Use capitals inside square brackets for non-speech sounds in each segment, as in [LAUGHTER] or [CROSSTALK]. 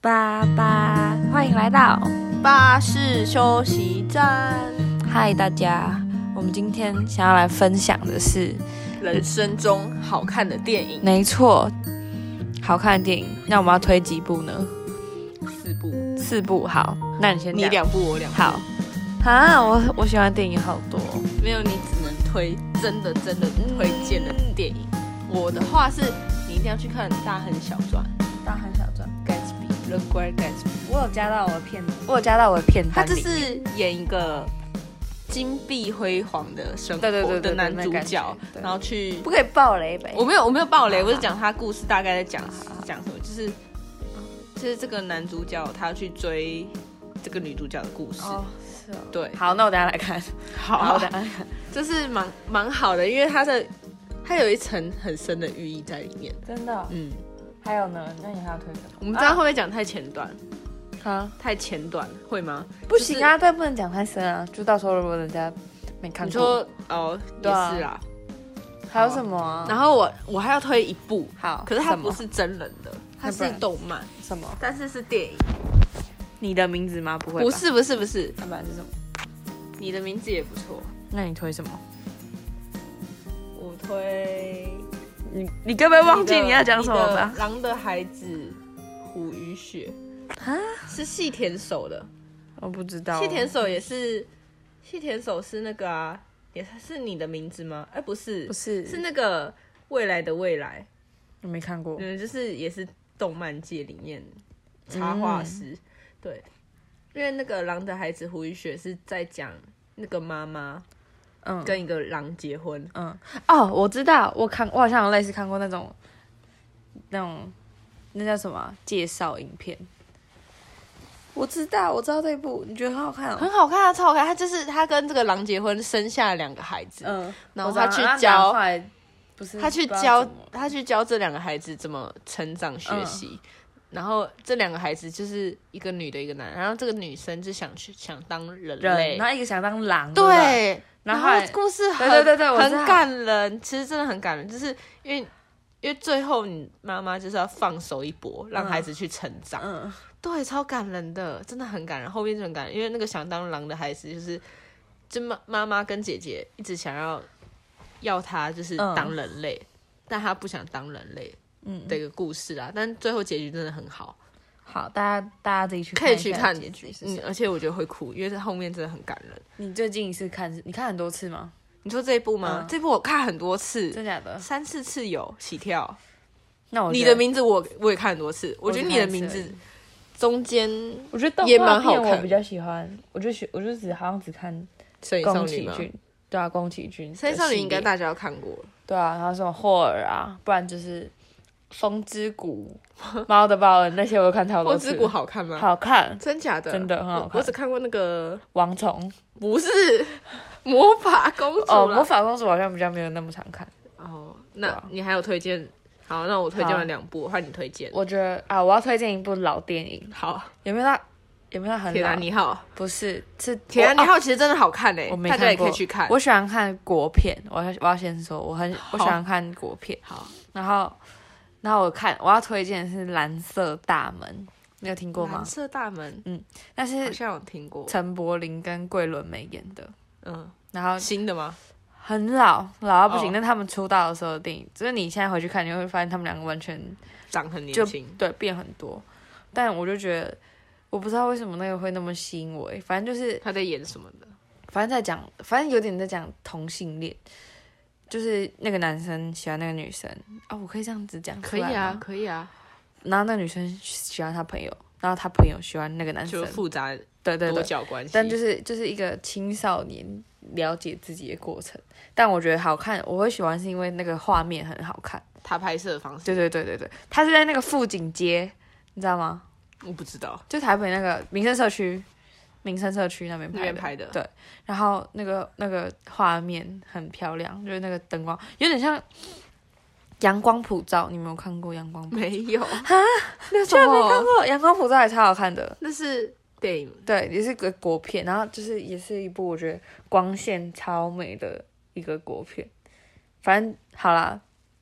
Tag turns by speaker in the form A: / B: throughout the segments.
A: 八八，欢迎来到，
B: 巴士休息站，
A: 嗨大家，我们今天想要来分享的是，
B: 人生中好看的电影
A: 没错，好看的电影，那我们要推几部呢？
B: 四部，
A: 四部，好，那你先
B: 你
A: 讲，
B: 两部我两部，
A: 好，啊，我我喜欢的电影好多，
B: 没有你只能推真的真的推荐的电影。
A: 嗯
B: 我的话是，你一定要去看《大亨小传
A: 大汉小传，》
B: ，Gatsby，人乖 Gatsby，
A: 我有加到我的片，我有加到我的片
B: 他
A: 单里，
B: 就是演一个金碧辉煌的生
A: 对对对
B: 活
A: 对
B: 的
A: 对
B: 男
A: 那
B: 主
A: 感觉
B: 角
A: 对，
B: 然后去
A: 不可以爆雷呗，
B: 我没有我没有暴雷，
A: 好
B: 我是讲他故事大概在讲
A: 好好
B: 讲什么，就是就是这个男主角他去追这个女主角的故事，
A: 哦，是哦，
B: 对，
A: 好，那我等一下来看，
B: 好
A: 好，我啊
B: 好
A: 等
B: 的，
A: 一下来看，
B: 就是蛮蛮好的，因为它的它有一层很深的寓意在里面。
A: 真的，
B: 嗯，
A: 还有呢，那你还要推什么？啊
B: 我们这样会不会讲太前端？
A: 好。
B: 太前端会吗？
A: 不行啊，但不能讲太深啊，就到时候如果人家没看过，
B: 你说哦，也
A: 对啊
B: 是啦。
A: 还有什么啊？
B: 然后我我还要推一部，
A: 好，
B: 可是它
A: 什么
B: 嗯哦不是真人的，
A: 那
B: 它
A: 不
B: 是
A: 然
B: 动漫，
A: 什么，
B: 但是是电影。
A: 你的名字吗？不会，
B: 不，是不是不是，
A: 那不然是什么？
B: 你的名字也不错。
A: 那你推什么？
B: 我推
A: 你你该不会忘记
B: 的
A: 你要讲什么吧
B: 你的？狼的孩子，虎与雪
A: 啊，
B: 是细田守的。
A: 我不知道。
B: 细田守也是，细田守是那个啊，也是你的名字吗？哎、不是，
A: 不是，
B: 是那个未来的未来，
A: 我没看过。
B: 嗯，就是也是动漫界里面插画师，对，因为那个狼的孩子胡一雪是在讲那个妈妈
A: 嗯
B: 跟一个狼结婚，
A: 嗯，哦，我知道，我看我好像有类似看过那种那种那叫什么啊介绍影片。我知道，我知道这一部，你觉得很好看哦
B: 很好看啊，超好看。他就是他跟这个狼结婚，生下了两个孩子，
A: 嗯，
B: 然后
A: 我知道
B: 他去
A: 然后
B: 教
A: 后来不是
B: 他去
A: 不知道
B: 教
A: 怎么
B: 他去教这两个孩子怎么成长学习，然后这两个孩子就是一个女的，一个男的，然后这个女生就想去想当人类，
A: 人，然后一个想当狼，不
B: 对，
A: 然
B: 然
A: 后
B: 后
A: 后来
B: 故事很
A: 对对对对我知道
B: 很感人，其实真的很感人，就是因为因为最后你妈妈就是要放手一搏，让孩子去成长，
A: 嗯，
B: 对，超感人的，真的很感人，后面就很感人，因为那个想当狼的孩子就是。就妈妈妈跟姐姐一直想要要他就是
A: 嗯
B: 当人类，但他不想当人类，
A: 嗯
B: 的一个故事啦。但最后结局真的很好，
A: 好，大家大家自己去
B: 可以
A: 一
B: 去
A: 下
B: 看
A: 结局是
B: 嗯
A: 什，么。
B: 而且我觉得会哭，因为它后面真的很感人。
A: 你最近一次看是，你看很多次吗？
B: 你说这一部吗？
A: 嗯
B: 这部我看很多次，
A: 真假的？
B: 三四次有起跳。
A: 那我觉得
B: 你的，名字我我也看很多次，我觉得你的名
A: 哦我只
B: 字
A: 看一次
B: 中间
A: 我觉得动
B: 也
A: 画
B: 蛮好
A: 片我
B: 看
A: 比较喜欢，我就喜我就只好像只看
B: 《神隐少
A: 宫
B: 女
A: 崎》
B: 吗？《
A: 骏，对啊，宫崎骏的系
B: 神
A: 列，
B: 隐少女》应该大家都看过了，
A: 对啊，然后什么霍尔啊，不然就是风之谷、猫的报恩那些我都看超
B: 《
A: 多
B: [LAUGHS] 风
A: 次。
B: 之谷》好看吗？
A: 好看，
B: 真假的？
A: 真的很好
B: 我
A: 看
B: 我只看过那个
A: 王虫
B: 不是魔法公主
A: 哦，
B: 啦
A: 魔法公主好像比较没有那么常看。
B: 哦，
A: 对
B: 那
A: 啊
B: 你还有推荐？好，那我推荐
A: 好
B: 完两部，换你推荐。
A: 我觉得啊，我要推荐一部老电影，
B: 好，
A: 有没有它？有没有它
B: 《
A: 很
B: 铁
A: 老
B: 达？尼号》。
A: 不是，是《
B: 《铁达尼
A: 我
B: 号》其实真的好看诶、
A: 哦我没
B: 大家也可
A: 看
B: 以
A: 过
B: 去看。
A: 我喜欢看国片，我要我要先说，我很我喜欢看国片。
B: 好，
A: 然后，然后我看我要推荐的是《蓝色大门》，你有听过吗
B: 蓝？色大门
A: 那
B: 好
A: 是
B: 像有听过，
A: 陈柏霖跟桂纶镁演的，
B: 嗯，
A: 然后
B: 新的吗？
A: 很老老到不行，
B: 哦
A: 但他们出道的时候的电影，就是你现在回去看，你会发现他们两个完全
B: 长很年
A: 就
B: 轻，
A: 对变很多。但我就觉得，我不知道为什么那个会那么吸引我，欸反正就是
B: 他在演什么的？
A: 反正在讲，反正有点在讲同性恋，就是那个男生喜欢那个女生啊、我可以这样子讲，
B: 可以啊，。可以啊，
A: 然后那个女生喜欢他朋友，然后他朋友喜欢那个男生
B: 就，复杂
A: 对对
B: 多
A: 对。
B: 角关系。
A: 但就是就是一个青少年了解自己的过程，但我觉得好看，我会喜欢是因为那个画面很好看。
B: 他拍摄的方式，
A: 对对对对对，他是在那个富锦街，你知道吗？
B: 我不知道
A: 就台北那个民生社区，民生社区那边
B: 那
A: 拍
B: 边
A: 的。
B: 拍的
A: 对然后那个那个画面很漂亮，就是那个灯光有点像阳光普照，你没有看过阳光普？
B: 没 [LAUGHS] 有，
A: 那
B: 居然没看
A: 过阳光普照也超好看的，
B: 那是电影。
A: 对，也是个国片，然后就是也是一部我觉得光线超美的一个国片。反正好啦，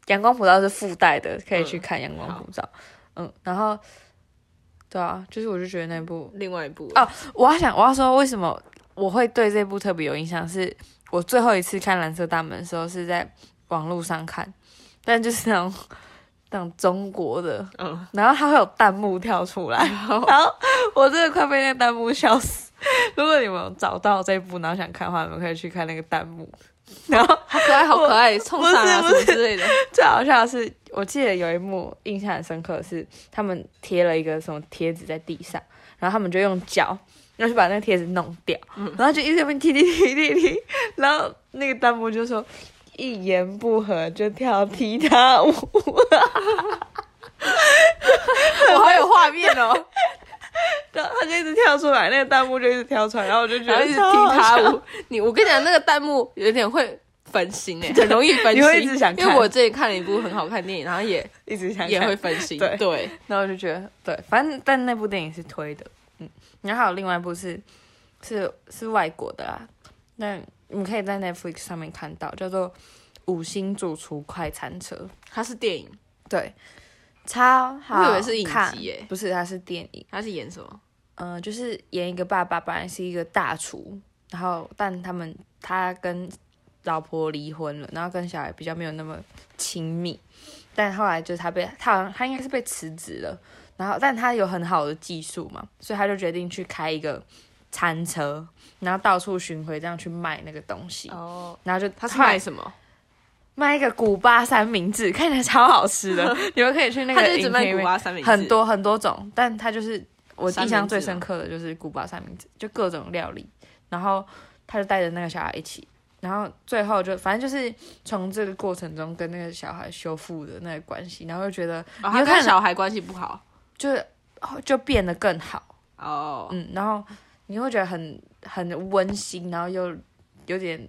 A: 阳光普照是附带的，可以去看阳光普照。嗯然后对啊，就是我就觉得那部
B: 另外一部
A: 哦我要想，我要说为什么我会对这部特别有印象，是我最后一次看《蓝色大门》的时候是在网络上看，但就是那种那种中国的，
B: 嗯，
A: 然后它会有弹幕跳出来，然后我真的快被那个弹幕笑死。如果你们有找到这部，然后想看的话，你们可以去看那个弹幕。然后
B: 好可爱，好可爱，冲上啊
A: 不
B: 什
A: 是
B: 么之类的， [LAUGHS]
A: [LAUGHS] 最好笑的是，我记得有一幕印象很深刻的是，他们贴了一个什么贴纸在地上，然后他们就用脚，然后就把那个贴纸弄掉，然后就一直在那边踢踢踢踢踢，然后那个弹幕就说一言不合就跳踢踏舞，
B: 我好有画面 [LAUGHS] 哦，
A: [LAUGHS] 然后他就一直跳出来，那个弹幕就一直跳出来，然后我就觉
B: 然后
A: 得
B: 一直踢
A: 超好
B: 他
A: 笑
B: 舞， [LAUGHS] 你我跟你讲，那个弹幕有点会分心 [LAUGHS] 哎，很容易分心，
A: 你会一直想看
B: 因为我最近看了一部很好看的电影，然后也
A: 一直想
B: 也
A: 看
B: 会分心，
A: 对
B: 对，
A: 然后我就觉得，对，反正但那部电影是推的，嗯，然后还有另外一部是是是外国的啦，那你们可以在 Netflix 上面看到，叫做《五星主厨快餐车》，
B: 它是电影，
A: 对，超好
B: 我以为是影
A: 看
B: 集耶
A: 不是，它是电影，
B: 它是演什么？
A: 嗯、就是演一个爸爸，本来是一个大厨，然后但他们他跟老婆离婚了，然后跟小孩比较没有那么亲密，但后来就是他被他好像他应该是被辞职了，然后但他有很好的技术嘛，所以他就决定去开一个餐车，然后到处巡回这样去卖那个东西，
B: 哦，
A: 然后就
B: 它是
A: 后来
B: 卖什么？
A: 卖一个古巴三明治，看起来超好吃
B: [LAUGHS]
A: 的，你们可以去那个
B: 它就一直卖
A: 影片
B: 古巴三明治，
A: 很多很多种，但它就是我印象最
B: 三
A: 深
B: 明
A: 刻的就是古巴三明治，就各种料理，然后他就带着那个小孩一起，然后最后就反正就是从这个过程中跟那个小孩修复的那个关系，然后就觉得你
B: 哦，他
A: 有
B: 跟
A: 看
B: 小孩关系不好
A: 就是就变得更好，
B: 哦，
A: 嗯，然后你会觉得很很温馨，然后又有点，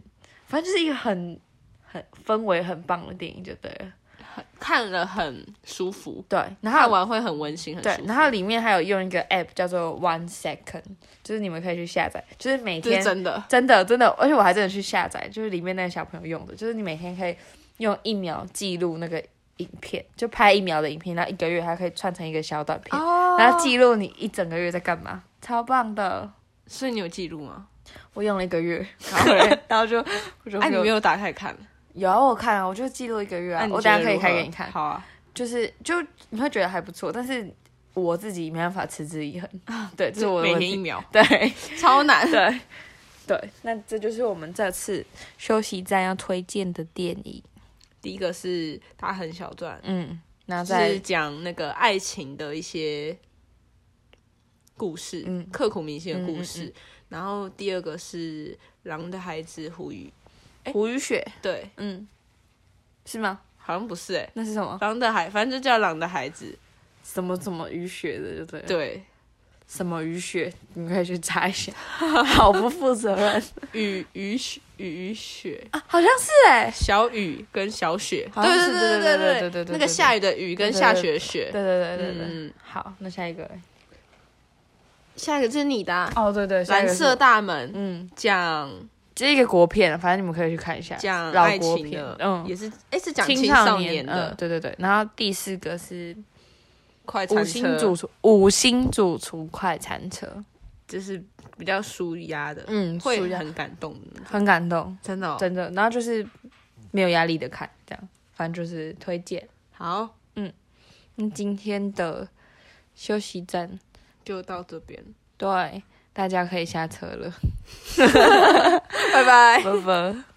A: 反正就是一个很很氛围很棒的电影就对了，
B: 看了很舒服，
A: 对，然后
B: 看完会很温馨，很舒
A: 对，
B: 服，
A: 然后里面还有用一个 app 叫做 One Second，就是你们可以去下载，就是每
B: 这是
A: 天
B: 真的，
A: 真的真的，而且我还真的去下载，就是里面那个小朋友用的，就是你每天可以用一秒记录那个影片，就拍一秒的影片，然后一个月还可以串成一个小短片，
B: 哦
A: 然后记录你一整个月在干嘛，超棒的。
B: 所以你有记录
A: [LAUGHS]
B: 吗？
A: 我用了一个月，
B: 好嘞
A: 然 [LAUGHS] 后就我就
B: 哎，你
A: 有
B: 没有打开看？
A: 有啊我看啊，我就记录一个月啊
B: 那，你
A: 我
B: 觉
A: 等下可
B: 得
A: 以
B: 如何
A: 开给你看，
B: 好啊，
A: 就是就你会觉得还不错，但是我自己没办法持之以恒，对，这是我的
B: 啊每
A: 问
B: 天一
A: 题。
B: 秒，
A: 对，
B: 超难。
A: 对对，那这就是我们这次休息站要推荐的电影。
B: 第一个是他很小段，
A: 嗯，那
B: 就
A: 再
B: 是讲那个爱情的一些故事，
A: 嗯
B: 刻骨铭心的故
A: 嗯
B: 事。然后第二个是《狼的孩子》胡语，
A: 胡雨雪，
B: 对，
A: 哎嗯，是吗？
B: 好像不是哎、
A: 那是什么？
B: [LAUGHS] 狼的孩，反正就叫狼的孩子。
A: 什么怎么雨雪的，就对了。，
B: 对，
A: 什么雨雪，你们可以去查一下。 [LAUGHS] 好不负责任
B: 雨雨雪雨雨雪，
A: 啊，好像是哎、
B: 小雨跟小雪，
A: 好
B: 对
A: 像是
B: 对对
A: 对对对
B: 对
A: 对对对
B: 那个下雨的雨跟
A: 对对
B: 下
A: 对
B: 雪的雪
A: 对。对对对对。
B: 嗯，
A: 好，那下一个。
B: 下一个就是你的啊、
A: 哦，对对，下一
B: 蓝
A: 个是
B: 色。大门》
A: 嗯，
B: 讲
A: 这是一个国片，反正你们可以去看一下。
B: 讲
A: 老
B: 爱
A: 国
B: 情
A: 片
B: 的，
A: 嗯
B: 也是哎是讲
A: 青
B: 青
A: 少
B: 少
A: 年
B: 的
A: 嗯，对对对。然后第四个是
B: 快
A: 五
B: 餐
A: 星
B: 车，
A: 主厨，五星主厨快餐车，
B: 就是比较舒压的，
A: 嗯，
B: 会
A: 暑假
B: 很感动的那种，
A: 很感动，
B: 真的、哦。
A: 真的。然后就是没有压力的看，这样，反正就是推荐。
B: 好，
A: 那今天的休息站，
B: 就到这边，
A: 对大家可以下车了，
B: 拜拜。 [LAUGHS]
A: 拜拜。